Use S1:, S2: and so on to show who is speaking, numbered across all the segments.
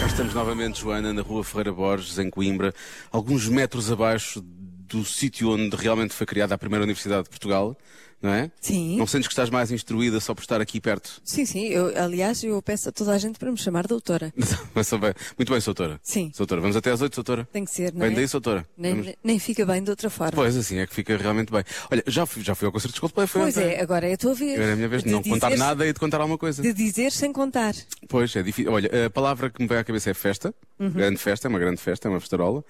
S1: Cá estamos novamente, Joana, na Rua Ferreira Borges, em Coimbra, alguns metros abaixo do sítio onde realmente foi criada a primeira Universidade de Portugal, não é?
S2: Sim.
S1: Não sentes que estás mais instruída só por estar aqui perto?
S2: Sim, sim. Eu, aliás, eu peço a toda a gente para me chamar doutora.
S1: Mas sou bem- Muito bem, Soutora.
S2: Sim.
S1: Soutora, vamos até às oito, Soutora?
S2: Tem que ser, não
S1: Bem
S2: é?
S1: daí, Soutora. Vamos-
S2: Nem, nem fica bem de outra forma.
S1: Pois, assim é que fica realmente bem. Olha, já fui, já fui ao concerto de Coldplay, foi
S2: Pois
S1: ontem.
S2: é, agora é a tua vez.
S1: Era a minha vez de não contar
S2: dizer-
S1: nada e de contar alguma coisa.
S2: De dizer sem contar.
S1: Pois, é difícil. Olha, a palavra que me veio à cabeça é festa.
S2: Uhum.
S1: Grande festa, é uma grande festa, é uma festarola.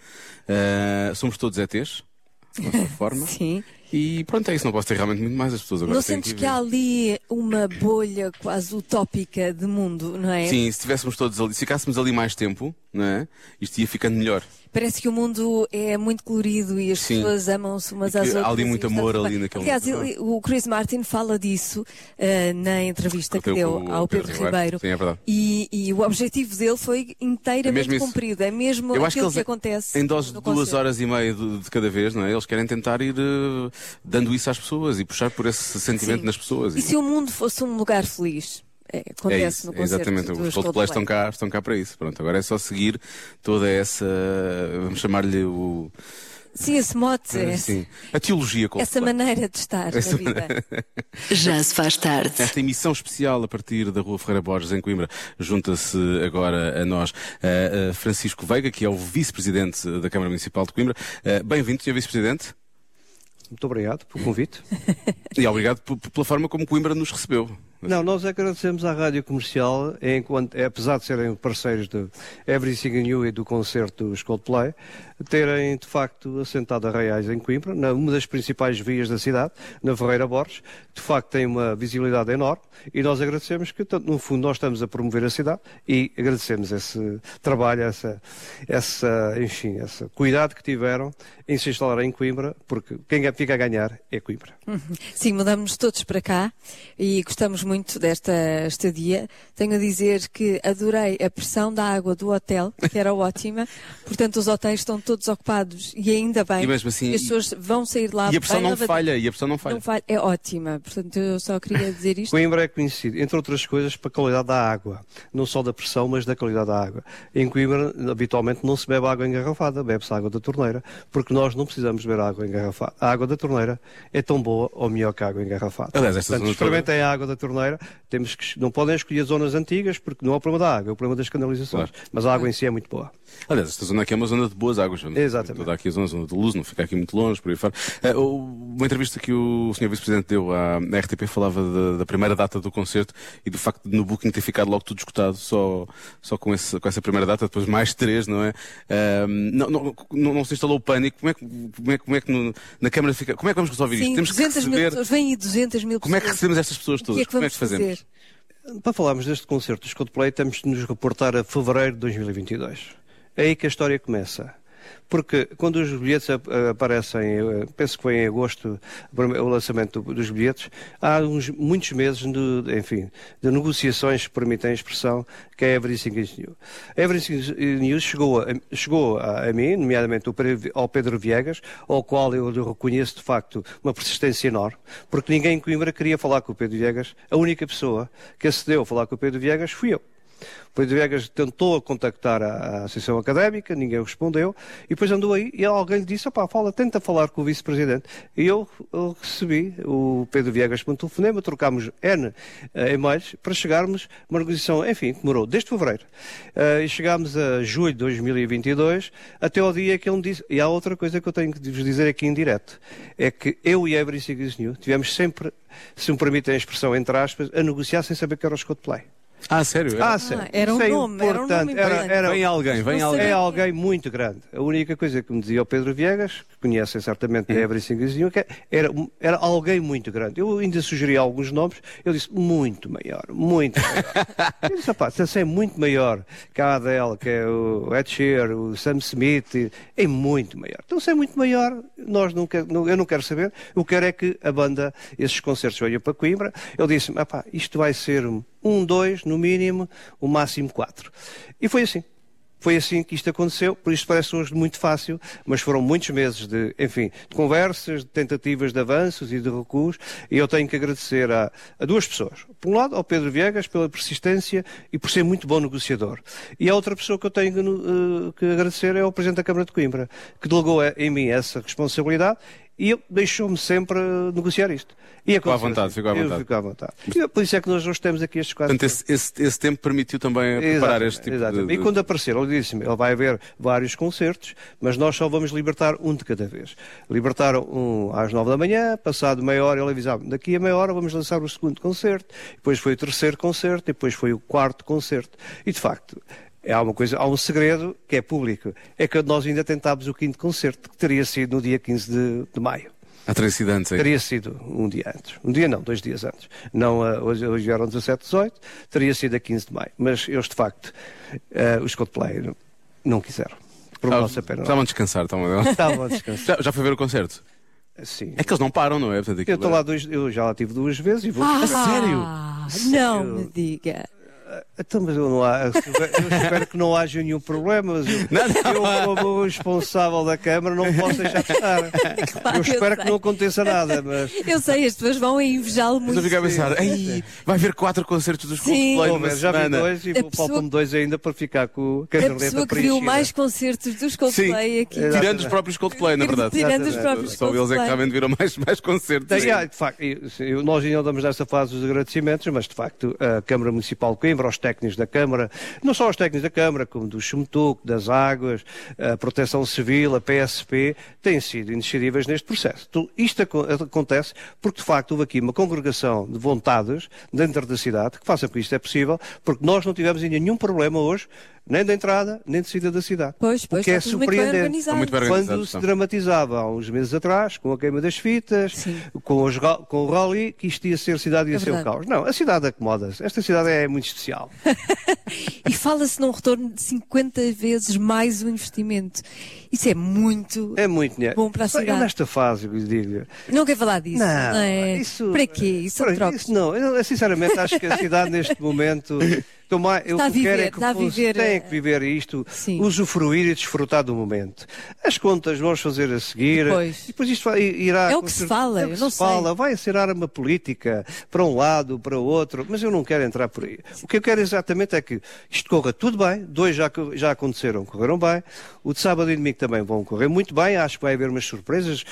S1: Ah, somos todos ETs, de uma certa forma.
S2: Sim.
S1: E pronto, é isso. Não posso ter realmente muito mais. As pessoas agora
S2: não
S1: têm
S2: sentes
S1: ir
S2: que há
S1: ver.
S2: ali uma bolha quase utópica de mundo, não é?
S1: Sim, se estivéssemos todos ali, se ficássemos ali mais tempo, não é? Isto ia ficando melhor.
S2: Parece que o mundo é muito colorido e as
S1: Sim.
S2: pessoas amam-se umas
S1: E que
S2: às
S1: há
S2: outras.
S1: ali
S2: e
S1: muito
S2: isto está
S1: amor
S2: tudo
S1: ali
S2: bem.
S1: naquele-
S2: Aliás, ele- o Chris Martin fala disso ah, na entrevista que
S1: Deu
S2: deu
S1: com o
S2: ao Pedro,
S1: Pedro Ribeiro.
S2: Ribeiro.
S1: Sim, é verdade.
S2: E, e o objetivo dele foi inteiramente
S1: isso.
S2: cumprido. É mesmo
S1: Eu
S2: aquilo
S1: acho que
S2: que,
S1: eles
S2: acontece.
S1: em doses de
S2: no
S1: duas
S2: concerto.
S1: horas e meia de, de cada vez, não é? Eles querem tentar ir eh, dando isso às pessoas e puxar por esse sentimento
S2: Sim.
S1: nas pessoas.
S2: E se o mundo fosse um lugar feliz? É, acontece
S1: É isso,
S2: no
S1: é
S2: concerto.
S1: exatamente.
S2: dos
S1: Os Coldplay estão cá, estão cá para isso. Pronto, agora é só seguir toda essa, vamos chamar-lhe o,
S2: Sim, esse mote, essa,
S1: assim, a teologia Coldplay.
S2: essa maneira de estar na vida.
S3: Já se faz tarde.
S1: Esta emissão especial a partir da Rua Ferreira Borges, em Coimbra, junta-se agora a nós eh, eh, Francisco Veiga, que é o vice-presidente da Câmara Municipal de Coimbra. Eh, Bem-vindo, Sr. vice-presidente,
S4: Muito obrigado pelo convite.
S1: e obrigado p- p- pela forma como Coimbra nos recebeu.
S4: Não, nós agradecemos à Rádio Comercial, é enquanto, apesar de serem parceiros do Everything New e do concerto dos Coldplay, terem de facto assentado a Reais em Coimbra, na uma das principais vias da cidade, na Ferreira Borges. De facto, tem uma visibilidade enorme e nós agradecemos que, tanto, no fundo, nós estamos a promover a cidade e agradecemos esse trabalho, essa, essa, enfim, esse cuidado que tiveram em se instalar em Coimbra, porque quem fica a ganhar é Coimbra.
S2: Sim, mudamos todos para cá e gostamos muito desta estadia. Tenho a dizer que adorei a pressão da água do hotel, que era ótima. Portanto, os hotéis estão todos ocupados e ainda bem.
S1: E mesmo assim-
S2: as pessoas vão sair lá.
S1: E a pressão
S2: Ah, bem
S1: não
S2: lavadinhas.
S1: falha, e a pressão não falha.
S2: Não falha. É ótima. Portanto, eu só queria dizer isto.
S4: Coimbra é conhecido, entre outras coisas, pela qualidade da água. Não só da pressão, mas da qualidade da água. Em Coimbra, habitualmente, não se bebe água engarrafada, bebe-se água da torneira, porque nós não precisamos beber água engarrafada. A água da torneira é tão boa ou melhor que a água engarrafada.
S1: Aliás, esta
S4: Portanto,
S1: zona toda-
S4: experimentem a água da torneira. Temos que, es- não podem escolher zonas antigas, porque não é o problema da água, é o problema das canalizações. Mas a água em si é muito boa.
S1: Aliás, esta zona aqui é uma zona de boas águas. Vamos
S4: Exatamente.
S1: Toda aqui a zona, zona de luz, não fica aqui muito longe, por aí fora. Eh, o- uma entrevista que o Sr. Vice-Presidente deu à, à RTP falava da, da primeira data do concerto e do facto de no Booking ter ficado logo tudo escutado só, só com, esse- com essa primeira data, depois mais três, não é? Ahm, não, não, não- não se instalou o pânico. Como é que, como é, que- como é que no- na Câmara fica. Como é que vamos resolver isto?
S2: Sim,
S1: Temos que
S2: 200 mil
S1: receber.
S2: pessoas. Vêm aí 200 mil
S1: Como é que
S2: pessoas.
S1: recebemos estas pessoas
S2: O
S1: todas?
S2: que é que
S1: como é
S2: vamos
S1: que fazemos?
S2: fazer?
S4: Para falarmos deste concerto dos Coldplay, temos de nos reportar a fevereiro de 2022. É aí que a história começa. Porque quando os bilhetes ap- aparecem, eh, penso que foi em agosto prime- o lançamento do- dos bilhetes, há uns, muitos meses de, enfim, de negociações, se permitem a expressão, que é a Everything is New. A Everything is New chegou, a, chegou a, a mim, nomeadamente o Pedro- ao Pedro Viegas, ao qual eu lhe reconheço de facto uma persistência enorme, porque ninguém em Coimbra queria falar com o Pedro Viegas. A única pessoa que acedeu a falar com o Pedro Viegas fui eu. O Pedro Viegas tentou contactar a, a Associação Académica, ninguém respondeu, e depois andou aí e alguém lhe disse: opá, fala, tenta falar com o vice-presidente. E eu, eu recebi o Pedro Viegas por um telefonema, trocámos N eh, e-mails para chegarmos a uma negociação, enfim, que demorou desde fevereiro. Eh, e chegámos a julho de 2022, até ao dia que ele me disse. E há outra coisa que eu tenho que vos dizer aqui em direto: é que eu e a Every New tivemos sempre, se me permitem a expressão entre aspas, a negociar sem saber que era o Coldplay.
S1: Ah, sério?
S4: Ah, sério.
S2: era um
S4: Isso é
S2: nome, era um nome
S4: importante. Era-
S2: importante.
S4: era-
S1: Vem alguém, vem
S2: Não
S1: alguém.
S2: sei.
S4: é alguém muito grande. A única coisa que me dizia o Pedro Viegas, que conhecem certamente da Every Single Zinho, que era, um- era alguém muito grande. Eu ainda sugeri alguns nomes, ele disse muito maior, muito maior. eu disse, rapaz, se é muito maior que a Adele, que é o Ed Sheeran, o Sam Smith, é muito maior. Então se é muito maior, nós não quer- não- eu não quero saber, o que quero é que a banda, esses concertos venham para Coimbra. Ele disse, rapaz, isto vai ser um, dois, no mínimo, o máximo quatro. E foi assim. Foi assim que isto aconteceu, por isto parece hoje muito fácil, mas foram muitos meses de, enfim, de conversas, de tentativas de avanços e de recuos, e eu tenho que agradecer a, a duas pessoas. Por um lado, ao Pedro Viegas pela persistência e por ser muito bom negociador. E a outra pessoa que eu tenho que, no- eh, que agradecer é ao Presidente da Câmara de Coimbra, que delegou a- em mim essa responsabilidade e ele deixou-me sempre eh, negociar isto. E
S1: Ficou à
S4: aconteceu
S1: vontade,
S4: assim.
S1: ficou à
S4: Eu
S1: vontade.
S4: fico à vontade. E por isso é que nós hoje temos aqui estes quatro.
S1: Portanto, esse, esse- esse tempo permitiu também preparar
S4: Exatamente,
S1: este tipo de,
S4: exatamente.
S1: de...
S4: E quando aparecer, ele disse-me, ele vai haver vários concertos, mas nós só vamos libertar um de cada vez. Libertaram um às nove da manhã, passado meia hora ele avisava daqui a meia hora vamos lançar o segundo concerto, depois foi o terceiro concerto, depois foi o quarto concerto. E de facto, há uma coisa, há um segredo que é público, é que nós ainda tentámos o quinto concerto, que teria sido no dia 15 de- de maio.
S1: Há três incidentes aí.
S4: Teria sido um dia antes. Um dia não, dois dias antes. Não, ah, hoje, hoje eram 17, 18, teria sido a 15 de maio. Mas eles, de facto, ah, os Coldplay não- não quiseram. Por
S1: Ah,
S4: nossa pena.
S1: Estavam a descansar, estavam a...
S4: Estavam a descansar.
S1: já, já foi ver o concerto?
S4: Sim.
S1: É que eles não param, não é? Portanto,
S4: Eu,
S1: aquilo
S4: estou
S1: é-
S4: lá dois, eu já lá estive duas vezes e vou.
S2: Ah, Não me diga.
S4: Então, mas eu, não há, eu espero que não haja nenhum problema, mas eu, eu como o responsável da Câmara, não posso deixar de estar. eu
S2: eu
S4: espero que
S2: sei.
S4: não aconteça nada, mas
S2: Eu sei, as pessoas vão invejá-lo
S1: Mas
S2: muito.
S1: é- eu fiquei a pensar, Ei, vai ver quatro concertos dos
S2: Sim.
S1: Coldplay
S4: Bom,
S1: numa
S4: já vi
S1: semana.
S4: dois e
S2: A pessoa-
S4: faltam-me dois ainda para ficar com a
S2: A
S4: caderneta
S2: pessoa que viu
S4: preenchida.
S2: mais concertos dos
S1: Sim,
S2: Coldplay aqui.
S1: tirando os próprios Coldplay, na verdade.
S2: Tirando os próprios
S1: Só eles é que
S2: Coldplay.
S1: realmente viram mais, mais concertos.
S4: Tem, ah, de facto, e, sim, nós ainda estamos nesta fase dos agradecimentos, mas de facto a Câmara Municipal de Coimbra, aos técnicos da Câmara, não só aos técnicos da Câmara, como do Chumetuco, das Águas, a Proteção Civil, a PSP, têm sido iniciativas neste processo. Tu- Isto aco- acontece porque de facto houve aqui uma congregação de vontades dentro da cidade que faça com que isto é possível, porque nós não tivemos ainda nenhum problema hoje, nem da entrada, nem de saída da cidade.
S2: Pois,
S4: o
S2: pois,
S4: que é
S2: está tudo muito bem
S4: surpreendente
S2: organizado.
S1: Muito bem organizado,
S4: quando se
S1: está.
S4: dramatizava há uns meses atrás, com a queima das fitas, com, os ra- com o rally, que isto ia ser cidade, ia
S2: É
S4: ser o
S2: verdade.
S4: caos. Não, a cidade acomoda-se. Esta cidade é muito especial.
S2: E fala-se num retorno de 50 vezes mais o investimento. Isso é muito.
S4: É muito dinheiro.
S2: Bom para a
S4: Só eu
S2: cidade.
S4: Nesta fase, eu lhe digo.
S2: Não quer falar disso.
S4: Não,
S2: é?
S4: isso.
S2: Para quê? Isso
S4: Para-
S2: é troca.
S4: isso não. Eu, sinceramente, acho que a cidade, neste momento. Estou mais, eu
S2: Está a
S4: o que quero é
S2: viver,
S4: que
S2: está a
S4: fosse-
S2: viver,
S4: Tem
S2: eh,
S4: que viver isto,
S2: sim.
S4: usufruir e desfrutar do momento. As contas vamos fazer a seguir.
S2: Depois.
S4: E depois isto vai- irá.
S2: É o que se
S4: constru-
S2: fala,
S4: é o que
S2: eu
S4: se
S2: não sei.
S4: fala. Vai ser arma política para um lado, para o outro, mas eu não quero entrar por aí. O que eu quero exatamente é que isto corra tudo bem. Dois já, co- já aconteceram, correram bem. O de sábado e domingo também vão correr muito bem. Acho que vai haver umas surpresas.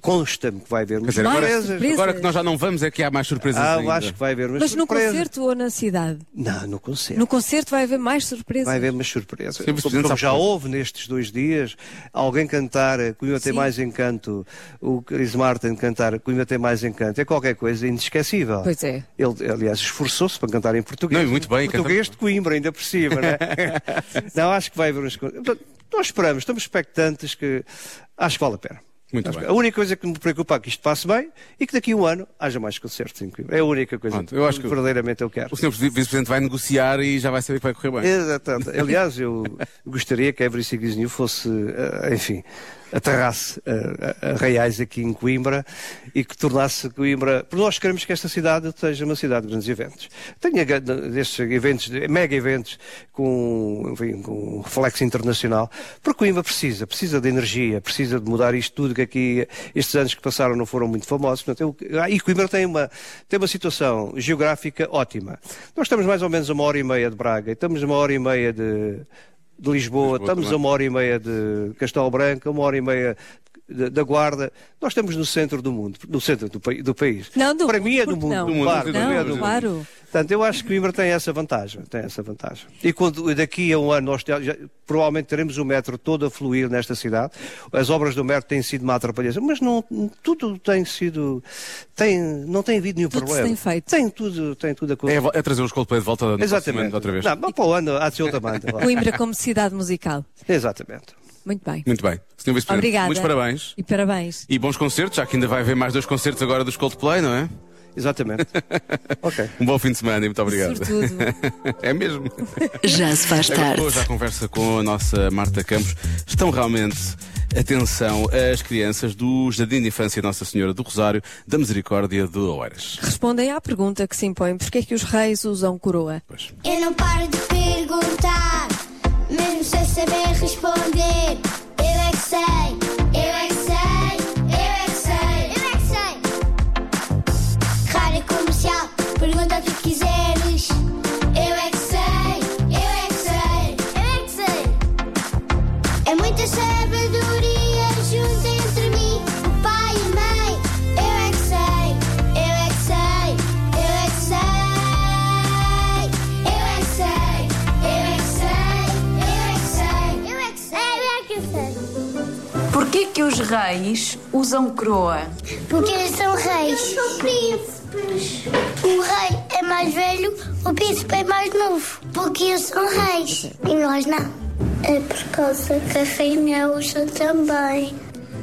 S4: Consta-me que vai haver
S1: Quer
S4: umas
S1: dizer, agora,
S2: Mais
S4: surpresas.
S2: surpresas.
S1: agora que nós já não vamos é que há mais surpresas
S4: Ah, eu
S1: ainda.
S4: acho que vai haver umas
S2: Mas no
S4: surpresas.
S2: concerto ou na cidade?
S4: Não, no concerto.
S2: No concerto vai haver mais surpresas.
S4: Vai haver umas surpresas.
S1: Sim, mas
S4: Como
S1: presidente,
S4: já
S1: sabe-
S4: houve nestes dois dias alguém cantar eh, Coimbra tem
S2: Sim.
S4: mais encanto, o Chris Martin cantar Coimbra tem mais encanto, é qualquer coisa inesquecível.
S2: Pois é.
S4: Ele, aliás, esforçou-se para cantar em português.
S1: Não, e muito bem,
S4: Português de Coimbra, ainda por cima, né? Não, acho que vai haver umas coisas. Portanto, Nós esperamos, estamos expectantes que. Acho que vale a pena.
S1: Muito
S4: Acho
S1: bem.
S4: que- A única coisa que me preocupa é que isto passe bem e que daqui a um ano haja mais concertos em Coimbra. É a única coisa
S1: Pronto, eu acho que-
S4: verdadeiramente eu quero.
S1: O senhor vice-presidente vai negociar e já vai saber que vai correr bem.
S4: Exatamente. Aliás, eu gostaria que a Every Sigis New fosse, eh, enfim, aterrasse eh, a- a reais aqui em Coimbra e que tornasse Coimbra. Porque nós queremos que esta cidade seja uma cidade de grandes eventos. Tenha gra- destes eventos, de- mega eventos, com, enfim, com um reflexo internacional. Porque Coimbra precisa, precisa de energia, precisa de mudar isto tudo que aqui, estes anos que passaram não foram muito famosos. Portanto, eu- ah, e Coimbra tem uma, tem uma situação geográfica ótima. Nós estamos mais ou menos a uma hora e meia de Braga, e estamos a uma hora e meia de, de Lisboa, estamos a uma hora e meia de Castelo Branco, uma hora e meia de- da Guarda. Nós estamos no centro do mundo, no centro do, pai- do país.
S2: Não, do
S4: Para mim é
S2: mundo,
S4: do
S2: porque
S4: mundo,
S2: não?
S4: claro,
S1: Do mundo,
S4: para mim é
S1: não,
S4: do mundo.
S2: claro.
S4: Portanto, eu acho que Coimbra tem essa vantagem, tem essa vantagem. E quando, daqui a um ano nós te- já- provavelmente teremos o metro todo a fluir nesta cidade. As obras do metro têm sido uma atrapalhação, mas não, tudo tem sido, tem, não tem havido nenhum
S2: Tudo se
S4: problema.
S2: tem feito.
S4: Tem tudo, tem tudo a
S1: É,
S4: coisa.
S1: vo- é trazer os Coldplay de volta no próximo ano
S4: Exatamente.
S1: outra vez.
S4: Não, mas para o ano há de ser outra banda. vá.
S2: Coimbra como cidade musical.
S4: Exatamente.
S2: Muito bem.
S1: Muito bem. Senhor Vice-Presidente,
S2: Obrigada.
S1: muitos parabéns.
S2: E parabéns.
S1: E bons concertos, já que ainda vai haver mais dois concertos agora dos Coldplay, não é?
S4: Exatamente. ok.
S1: Um bom fim de semana e muito obrigado.
S2: Sobretudo.
S1: é mesmo.
S3: Já se faz
S1: Agora,
S3: tarde.
S1: Hoje a conversa com a nossa Marta Campos. Estão realmente, atenção, as crianças do Jardim de Infância Nossa Senhora do Rosário da Misericórdia de Oeiras.
S2: Respondem à pergunta que se impõe: porquê é que os reis usam coroa?
S1: Pois.
S5: Eu não paro de perguntar, mesmo sem saber responder. Eu é que sei, eu é que sei, eu é que sei, eu é que sei. Rádio comercial, pergunta o que quiseres. Eu é que sei, eu é que sei, eu é que sei. É muita sabedoria junto entre mim, o pai e a mãe. Eu é que sei, eu é que sei, eu é que sei. Eu é que sei, eu é que sei, eu é que sei, eu é que sei. Eu é que sei.
S6: Porquê que os reis usam coroa?
S5: Porque eles são reis. Eles são príncipes. O rei é mais velho, o príncipe é mais novo. Porque eles são reis. E nós não. É por causa que a rainha usa também.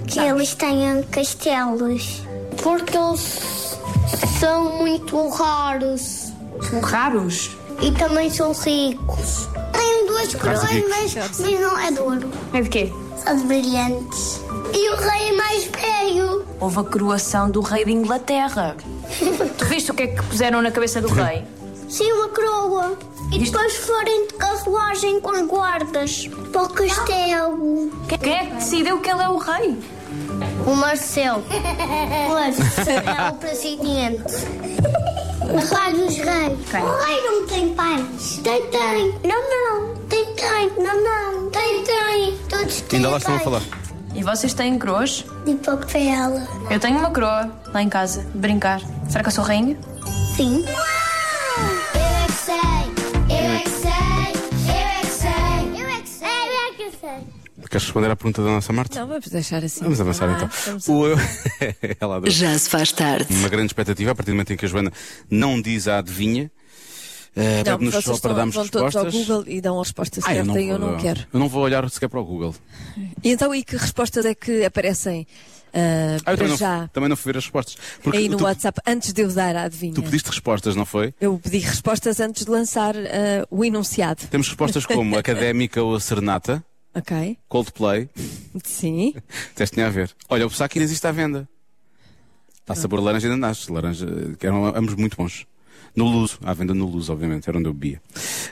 S5: Que eles tenham castelos. Porque eles são muito raros.
S6: São raros?
S5: E também são ricos. Tem duas coroas,
S1: ricos.
S5: mas, mas não é de ouro.
S6: É de quê?
S5: São de brilhantes. E o rei é mais velho.
S6: Houve a coroação do rei de Inglaterra. tu viste o que é que puseram na cabeça do rei?
S5: Sim, uma coroa. E depois forem de carruagem com os guardas para o castelo.
S6: Quem é que decidiu que ele é o rei?
S5: O Marcelo. O Marcelo é o presidente. O pai dos reis.
S6: Quem?
S5: O rei não tem pais. Tem, tem. Não, não. Tem, tem. Não, não. Tem, tem. Todos têm
S1: Ainda lá estão a
S5: pais.
S1: falar.
S6: E vocês têm coroas?
S5: De papel.
S6: Eu tenho uma coroa lá em casa, de brincar. Será que eu sou rainha?
S5: Sim. Eu é que sei. Eu é que sei. Eu é que sei. Eu é que sei. Eu é que sei.
S1: Queres responder à pergunta da nossa Marta?
S2: Não, vamos deixar assim.
S1: Vamos avançar
S2: Ah,
S1: então.
S2: vamos-
S1: O eu... Ela adora.
S3: Já se faz tarde.
S1: Uma grande expectativa, a partir do momento em que a Joana não diz a adivinha, eh,
S2: Não,
S1: pede-nos
S2: vocês
S1: só para
S2: estão,
S1: darmos
S2: vão todos ao
S1: respostas.
S2: Google e dão a resposta
S1: Ah,
S2: certa e eu
S1: vou-
S2: não quero.
S1: Eu não vou olhar sequer para o Google.
S2: E então, e que respostas é que aparecem ah,
S1: Ah, eu
S2: para
S1: também não,
S2: já
S1: também não fui ver as respostas. Porque
S2: aí no
S1: tu,
S2: WhatsApp antes de eu dar a adivinha?
S1: tu pediste respostas, não foi?
S2: Eu pedi respostas antes de lançar ah, o enunciado.
S1: Temos respostas como académica ou serenata,
S2: Ok?
S1: Coldplay,
S2: Sim.
S1: teste tinha a ver. Olha, o Psaque ainda existe à venda. Está sabor de laranja e de ananás. Laranja, que eram ambos muito bons. No Luso, à venda no Luso, obviamente, era onde eu bebia.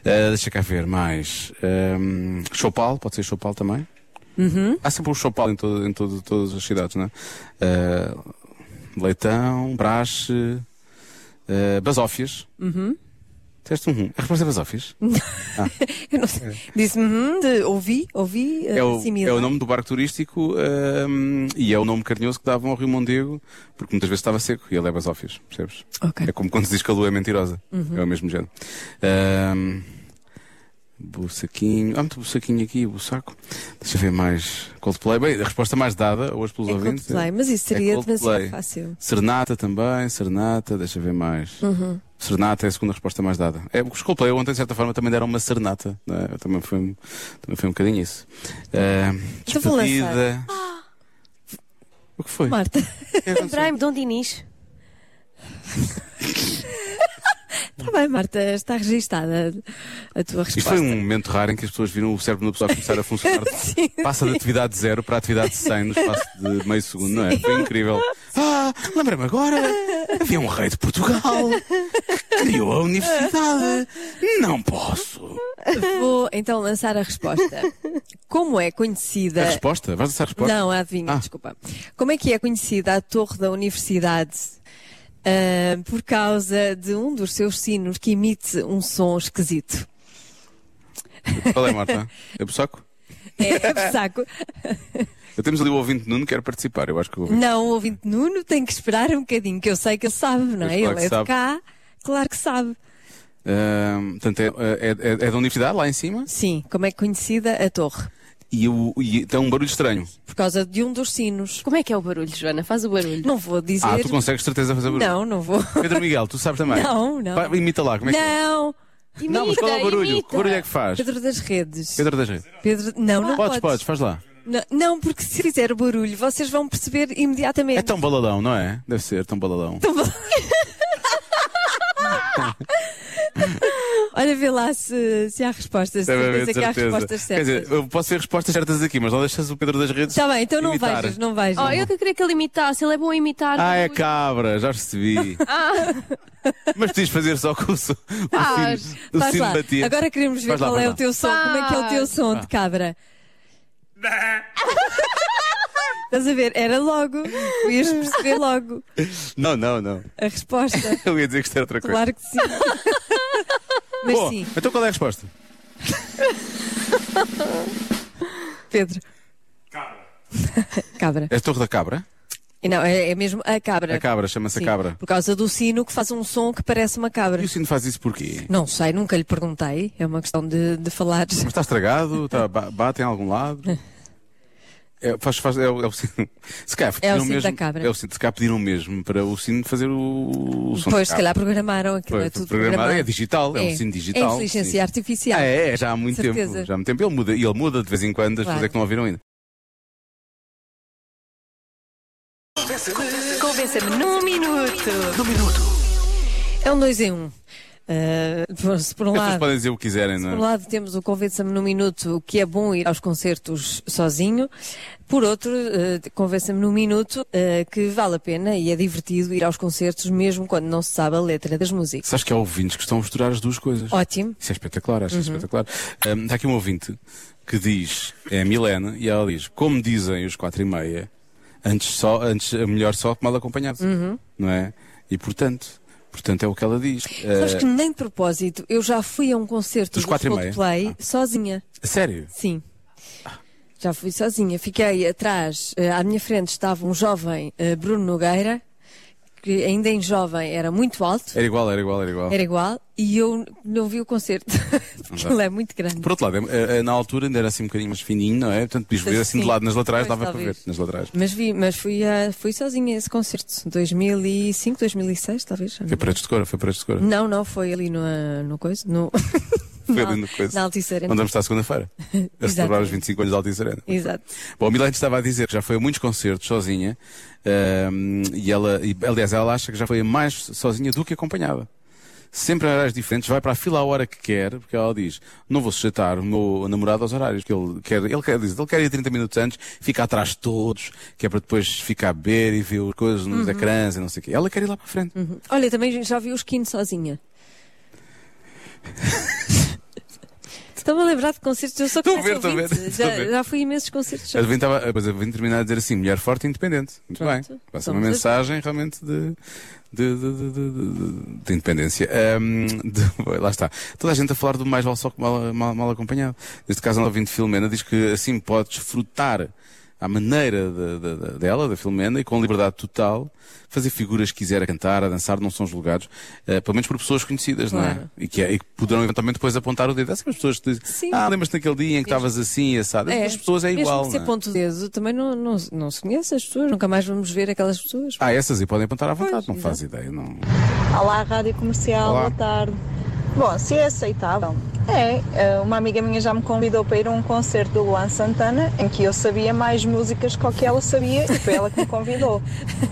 S1: Ah, deixa cá ver mais. Ahm, Chopal, pode ser Chopal também. Há sempre um Chopal em, todo, em todo- todas as cidades, não é? Ah, Leitão, Brache, ah, Basófias. Teste um. rum. A resposta é Basófias?
S2: Eu não sei. Disse-me, hum, de- ouvi, ouvi, ah,
S1: É o,
S2: similar.
S1: é o nome do barco turístico hum, e é o nome carinhoso que davam ao Rio Mondego, porque muitas vezes estava seco e ele é basófias, percebes?
S2: Ok.
S1: É como quando se diz que a lua é mentirosa.
S2: Uhum.
S1: É o mesmo género. Hum, Bussaquinho. Há muito bussaquinho aqui, bussaco. Deixa eu ver mais. Coldplay. Bem, a resposta mais dada hoje pelos
S2: É
S1: ouvintes.
S2: Coldplay, mas isso seria
S1: Coldplay.
S2: demasiado fácil.
S1: Serenata também, Serenata, deixa eu ver mais.
S2: Uhum.
S1: Serenata é a segunda resposta mais dada. É, os Coldplay ontem, de certa forma, também deram uma serenata. não é? Também, foi, um- também foi um bocadinho isso. Ah,
S2: Então vou lançar. Ah!
S1: despedida. O que foi?
S2: Marta,
S1: O que aconteceu?
S7: Lembrei-me de um Dinis.
S2: está tá bem, Marta, está registada a tua resposta.
S1: Isto foi um momento raro em que as pessoas viram o cérebro de uma pessoa começar a funcionar.
S2: Sim.
S1: Passa de atividade zero para atividade 100 no espaço de meio segundo, não é? Foi incrível. Ah, lembrei-me agora. Havia um rei de Portugal. que Criou a universidade. Não posso.
S2: Vou então lançar a resposta. Como é
S1: A
S2: conhecida.
S1: resposta? Vais lançar a resposta?
S2: Não, a adivinha,
S1: Ah.
S2: desculpa. Como é que é conhecida a torre da universidade ah, por causa de um dos seus sinos que emite um som esquisito?
S1: Qual é, Marta? É Bussaco?
S2: É saco.
S1: Eu temos ali o ouvinte Nuno que quer participar. Eu acho que o ouvinte.
S2: Não, o ouvinte Nuno tem que esperar um bocadinho, que eu sei que ele sabe, não
S1: Pois,
S2: é?
S1: claro que
S2: ele é
S1: sabe.
S2: de cá, claro que sabe.
S1: Ahm, portanto, é, é, é- é da universidade, lá em cima,
S2: Sim, como é conhecida a torre?
S1: e, o, e tem um barulho estranho.
S2: Por causa de um dos sinos.
S7: Como é que é o barulho, Joana? Faz o barulho.
S2: Não vou dizer.
S1: Ah, tu consegues de certeza fazer barulho.
S2: Não, não vou.
S1: Pedro Miguel, tu sabes também.
S2: Não, não.
S1: Vai, imita lá, como é que é?
S2: Não!
S1: Não, mas qual é o
S7: Imita,
S1: barulho?
S7: imita.
S1: Que barulho é que faz?
S2: Pedro das redes.
S1: Pedro das Redes.
S2: Pedro- Não, não
S1: Podes,
S2: podes.
S1: podes, faz lá.
S2: Não, não, porque se fizer barulho, vocês vão perceber imediatamente.
S1: É tão baladão, não é? Deve ser tão baladão.
S2: Olha, vê lá se, se há respostas.
S1: Deve haver,
S2: certeza
S1: de
S2: que há respostas
S1: Quer
S2: certas.
S1: dizer, eu posso ter respostas certas aqui, mas não deixas o Pedro das Redes.
S2: Está bem, então não
S1: imitar.
S2: vejas, não vejas.
S7: Oh, eu que queria que ele imitasse. Ele é bom a imitar.
S1: Ah, é
S7: barulho.
S1: cabra, já percebi.
S2: Ah.
S1: Mas tens de fazer só com o, so- o
S7: Faz,
S1: sino, o
S2: Ah, Faz
S1: sino
S2: lá.
S1: bater.
S2: Agora queremos ver
S1: Faz lá, Ah.
S2: qual
S1: faz
S2: é
S1: lá.
S2: o teu som, como é que é o teu som de cabra. Estás a ver? Era logo. Tu Ias perceber logo
S1: Não, não, não.
S2: a resposta.
S1: Eu ia dizer que isto era outra coisa.
S2: Claro que sim. Mas
S1: Bom,
S2: sim,
S1: então qual é a resposta?
S2: Pedro. Cabra.
S1: É a Torre da Cabra?
S2: E Não, é, é mesmo a cabra.
S1: A cabra, chama-se a
S2: Sim,
S1: cabra.
S2: Por causa do sino que faz um som que parece uma cabra.
S1: E o sino faz isso porquê?
S2: Não sei, nunca lhe perguntei. É uma questão de, de falar.
S1: Mas está estragado? Está, ba- bate em algum lado? É, faz, faz, é, o- é o sino. Se calhar,
S2: É o
S1: pediram
S2: sino
S1: mesmo,
S2: da cabra.
S1: É o sino, se calhar pediram mesmo para o sino fazer o, o som.
S2: Pois,
S1: da
S2: se
S1: cabra.
S2: calhar programaram aquilo.
S1: Foi- foi
S2: é tudo
S1: programado,
S2: programado.
S1: é digital, é um sino digital,
S2: É inteligência
S1: sim.
S2: artificial.
S1: Ah, é, é, já há muito
S2: Certeza.
S1: tempo. Já há muito tempo. Ele muda, e ele muda de vez em quando, as
S2: Claro.
S1: pessoas é que não ouviram ainda.
S3: Convença-me num minuto.
S2: É um dois em um. Ah, por- se por um
S1: As pessoas
S2: lado.
S1: podem dizer o que quiserem,
S2: Por um
S1: não é?
S2: lado temos o Convença-me no Minuto, que é bom ir aos concertos sozinho. Por outro, eh, Convença-me no Minuto, eh, que vale a pena e é divertido ir aos concertos mesmo quando não se sabe a letra das músicas.
S1: Sabes que há ouvintes que estão a misturar as duas coisas.
S2: Ótimo.
S1: Isso é espetacular, acho
S2: Uhum.
S1: espetacular. Hum, Está aqui um ouvinte que diz, é a Milena, e ela diz, como dizem os quatro e meia, antes só, antes é melhor só que mal acompanhado.
S2: Uhum.
S1: Não é? E portanto, portanto é o que ela diz.
S2: Sabes
S1: Eh,
S2: que nem de propósito, eu já fui a um concerto
S1: Dos
S2: do
S1: quatro e Ah. meia?
S2: Coldplay sozinha.
S1: Sério?
S2: Sim. Já fui sozinha. Fiquei atrás, eh, à minha frente estava um jovem eh, Bruno Nogueira, que ainda em jovem era muito alto,
S1: Era igual, era igual, era igual.
S2: era igual, e eu não vi o concerto, porque ele é muito grande.
S1: Por outro lado, é- é- na altura ainda era assim um bocadinho mais fininho, não é? Portanto, podias ver assim de
S2: Sim.
S1: lado nas laterais,
S2: Pois,
S1: dava para ver
S2: talvez.
S1: nas laterais.
S2: Mas vi, mas fui, a, fui sozinha a esse concerto, 2005, 2006 talvez. já não
S1: Foi paredes de cor, foi paredes de cor.
S2: Não, não, foi ali no, ah, no coisa, no...
S1: Foi
S2: na-
S1: ali no coisa.
S2: Na Altice Arena.
S1: Onde vamos estar segunda-feira? A celebrar os 25 anos da Altice Arena.
S2: Exato.
S1: Bom, a Milena estava a dizer que já foi a muitos concertos sozinha, ahm, e ela, e, aliás, ela acha que já foi a mais sozinha do que acompanhada. Sempre a horários diferentes, vai para a fila à hora que quer, porque ela diz, não vou sujeitar o meu namorado aos horários, que ele quer, ele quer, diz, ele quer ir 30 minutos antes, fica atrás de todos, que é para depois ficar a beber e ver coisas nos ecrãs e não sei o quê. Ela quer ir lá para a frente.
S2: Olha, também já vi o Skin sozinha. Estou-me a lembrar de concertos, eu sou
S1: Estou a
S2: quase
S1: ver, estou a ver,
S2: ouvinte.
S1: estou a
S2: Já,
S1: ver.
S2: já fui a imensos concertos.
S1: A Devine estava, eh, depois a Devine terminar a dizer assim, mulher forte e independente. Muito
S2: Pronto.
S1: bem. Passa uma
S2: Vamos a ver.
S1: mensagem realmente de, de, de, de, de- de- de independência. Ahm, de- lá está. Toda a gente a falar do mais vale só que mal, mal, mal acompanhado. Neste caso, a ouvinte Filomena diz que assim pode desfrutar à maneira de- de- de- dela, da Filomena, e com liberdade total, fazer figuras que quiser, a cantar, a dançar, não são julgados, eh, pelo menos por pessoas conhecidas, não é?
S2: Claro.
S1: E que, é- e que poderão eventualmente depois apontar o dedo. Essas pessoas que dizem,
S2: Sim.
S1: ah, lembras-te naquele dia em que estavas assim, assado. As pessoas é igual.
S2: Mesmo que
S1: não
S2: se
S1: é?
S2: aponte o dedo, também não, não, não se conhece as pessoas, nunca mais vamos ver aquelas pessoas.
S1: Ah, essas e podem apontar à vontade, não faz ideia, não.
S8: Olá, Rádio Comercial,
S1: Olá.
S8: boa tarde. Bom, se é aceitável, é. eh, Uma amiga minha já me convidou para ir a um concerto do Luan Santana, em que eu sabia mais músicas que o que ela sabia e foi ela que me convidou.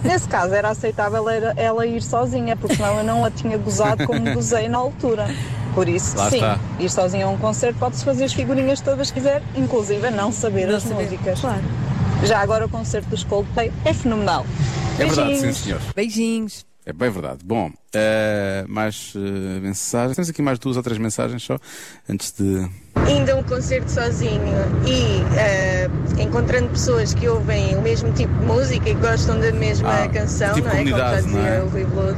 S8: Nesse caso, era aceitável era ela ir sozinha, porque senão eu não a tinha gozado como gozei na altura. Por isso,
S1: Lá
S8: sim,
S1: está.
S8: ir sozinha a um concerto pode-se fazer as figurinhas todas que quiser, inclusive a não saber
S2: Não
S8: as
S2: saber,
S8: músicas.
S2: claro.
S8: Já agora o concerto dos Coldplay é fenomenal.
S1: É verdade, sim,
S8: Beijinhos.
S1: senhor.
S2: Beijinhos.
S1: É bem verdade. Bom, eh, mais eh, mensagens. Temos aqui mais duas ou três mensagens só, antes de.
S9: indo a um concerto sozinho e eh, encontrando pessoas que ouvem o mesmo tipo de música e gostam da mesma
S1: Ah,
S9: canção,
S1: tipo
S9: não é? Como já
S1: comunidade, não
S9: dizia
S1: é?
S9: o Rui Blood,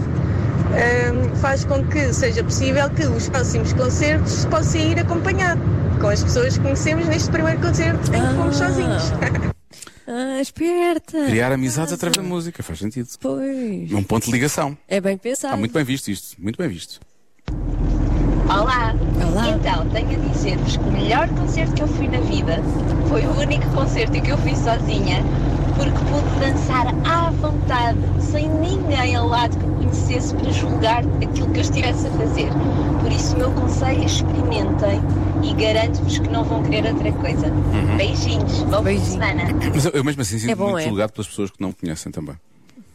S9: ehm, faz com que seja possível que os próximos concertos se possa ir acompanhado com as pessoas que conhecemos neste primeiro concerto em que fomos sozinhos.
S2: Ah, esperta.
S1: Criar
S2: ah,
S1: amizades através da música, faz sentido.
S2: Pois.
S1: É um ponto de ligação.
S2: É bem
S1: Está
S2: pensado.
S1: muito bem visto isto, muito bem visto.
S3: Olá. Então, tenho a dizer-vos que o melhor concerto que eu fui na vida foi o único concerto em que eu fui sozinha, porque pude dançar à vontade, sem ninguém ao lado que me conhecesse para julgar aquilo que eu estivesse a fazer. Por isso, o meu conselho é experimentem e garanto-vos que não vão querer outra coisa.
S1: Uhum.
S3: Beijinhos, boa semana.
S1: Mas eu, eu mesmo assim sinto-me
S2: É bom,
S1: muito
S2: é?
S1: julgado pelas pessoas que não me conhecem também.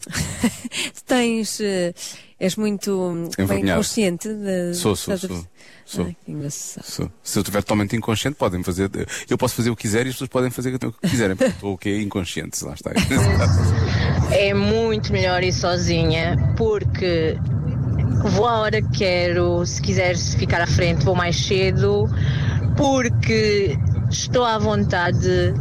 S2: Tu Tens. eh, És muito hum, bem
S1: Envergonhado.
S2: consciente da.
S1: Sou, sou,
S2: da-
S1: sou. sou.
S2: Ai, que engraçado.
S1: Sou. Se eu estiver totalmente inconsciente, podem fazer. eh, Eu posso fazer o que quiser e as pessoas podem fazer o que quiserem. porque Estou o quê? Inconsciente, lá está.
S8: É muito melhor ir sozinha porque vou à hora que quero, se quiseres ficar à frente vou mais cedo, porque estou à vontade,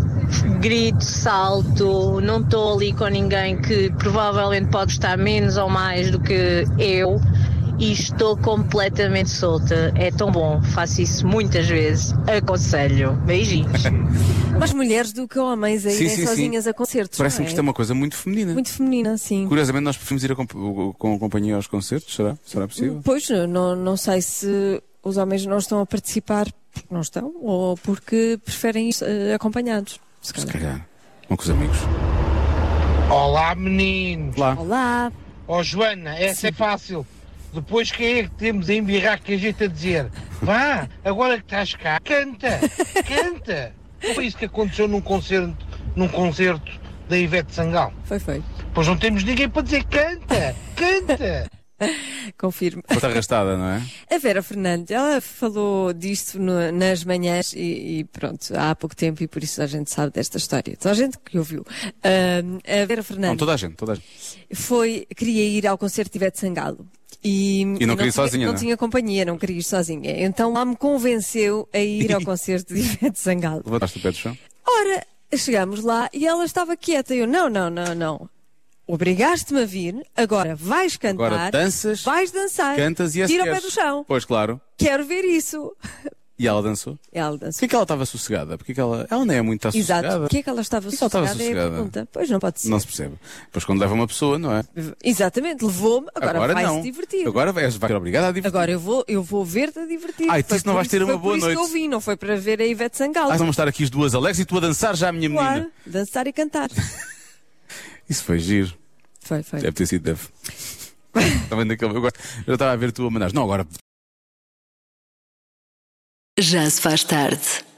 S8: grito, salto, não estou ali com ninguém que provavelmente pode estar menos ou mais do que eu e estou completamente solta. É tão bom, faço isso muitas vezes, aconselho. Beijinhos.
S2: Mais mulheres do que homens a
S1: Sim,
S2: irem
S1: sim, sim.
S2: sozinhas a concertos.
S1: Parece-me
S2: não
S1: que
S2: é?
S1: isto é uma coisa muito feminina.
S2: Muito feminina, sim.
S1: Curiosamente, nós preferimos ir a comp- o- com a companhia aos concertos, será? Será possível?
S2: Pois, não, não sei se os homens não estão a participar porque não estão ou porque preferem ir eh, acompanhados. Se calhar.
S1: Vão com os amigos.
S10: Olá, meninos.
S1: Olá.
S2: Olá.
S10: Ó Joana, essa é fácil. Depois quem é que temos a embirrar que a gente a dizer? Vá, agora que estás cá, canta, canta. Foi isso que aconteceu num concerto, num concerto da Ivete Sangal.
S2: Foi, foi.
S10: Pois não temos ninguém para dizer canta, canta.
S2: Confirmo.
S1: Está arrastada, não é?
S2: A Vera Fernandes, ela falou disto no- nas manhãs e, e pronto, há pouco tempo e por isso a gente sabe desta história. Toda a gente que ouviu. Ahm, a Vera
S1: Não,
S2: Fernandes
S1: toda a gente, toda a gente.
S2: foi, queria ir ao concerto de Ivete Sangalo. E,
S1: queria ir
S2: tinha-
S1: sozinha,
S2: Não
S1: não é?
S2: tinha companhia, não queria ir sozinha. Então lá me convenceu a ir ao concerto de Ivete Sangalo.
S1: Levantaste o pé do chão?
S2: Ora, chegámos lá e ela estava quieta. Eu, não, não, não, não. Obrigaste-me a vir, agora vais cantar.
S1: Agora danças,
S2: Vais dançar.
S1: Cantas e a
S2: Tira o pé
S1: seguires.
S2: do chão.
S1: Pois claro.
S2: Quero ver isso.
S1: E ela dançou?
S2: Ela dançou.
S1: Porquê que ela estava sossegada? Porque que ela, ela não é muito sossegada.
S2: Exato. O que é que ela estava
S1: Porquê que ela estava
S2: sossegada? É a
S1: sossegada?
S2: pergunta. Pois não pode ser.
S1: Não se percebe. Pois quando leva uma pessoa, não é?
S2: Exatamente, levou-me, agora, vai
S1: não.
S2: se divertir.
S1: Agora vais, vais ser obrigada a divertir.
S2: Agora eu vou, eu vou ver-te a divertir.
S1: Ai, tu
S2: Foi
S1: disse que não
S2: por
S1: vais ter
S2: isso-
S1: uma
S2: foi
S1: boa
S2: por
S1: noite.
S2: Isso que eu vim, não foi para ver a Ivete
S1: Ah,
S2: Sangalo.
S1: vamos estar aqui as duas, Alex, e tu a dançar já, minha menina.
S2: claro, dançar e cantar.
S1: Isso foi giro.
S2: Foi, foi.
S1: Deve ter sido, deve. Também daquele. Eu gosto. Eu estava a ver tu a mandar. Não, agora
S11: Já se faz tarde.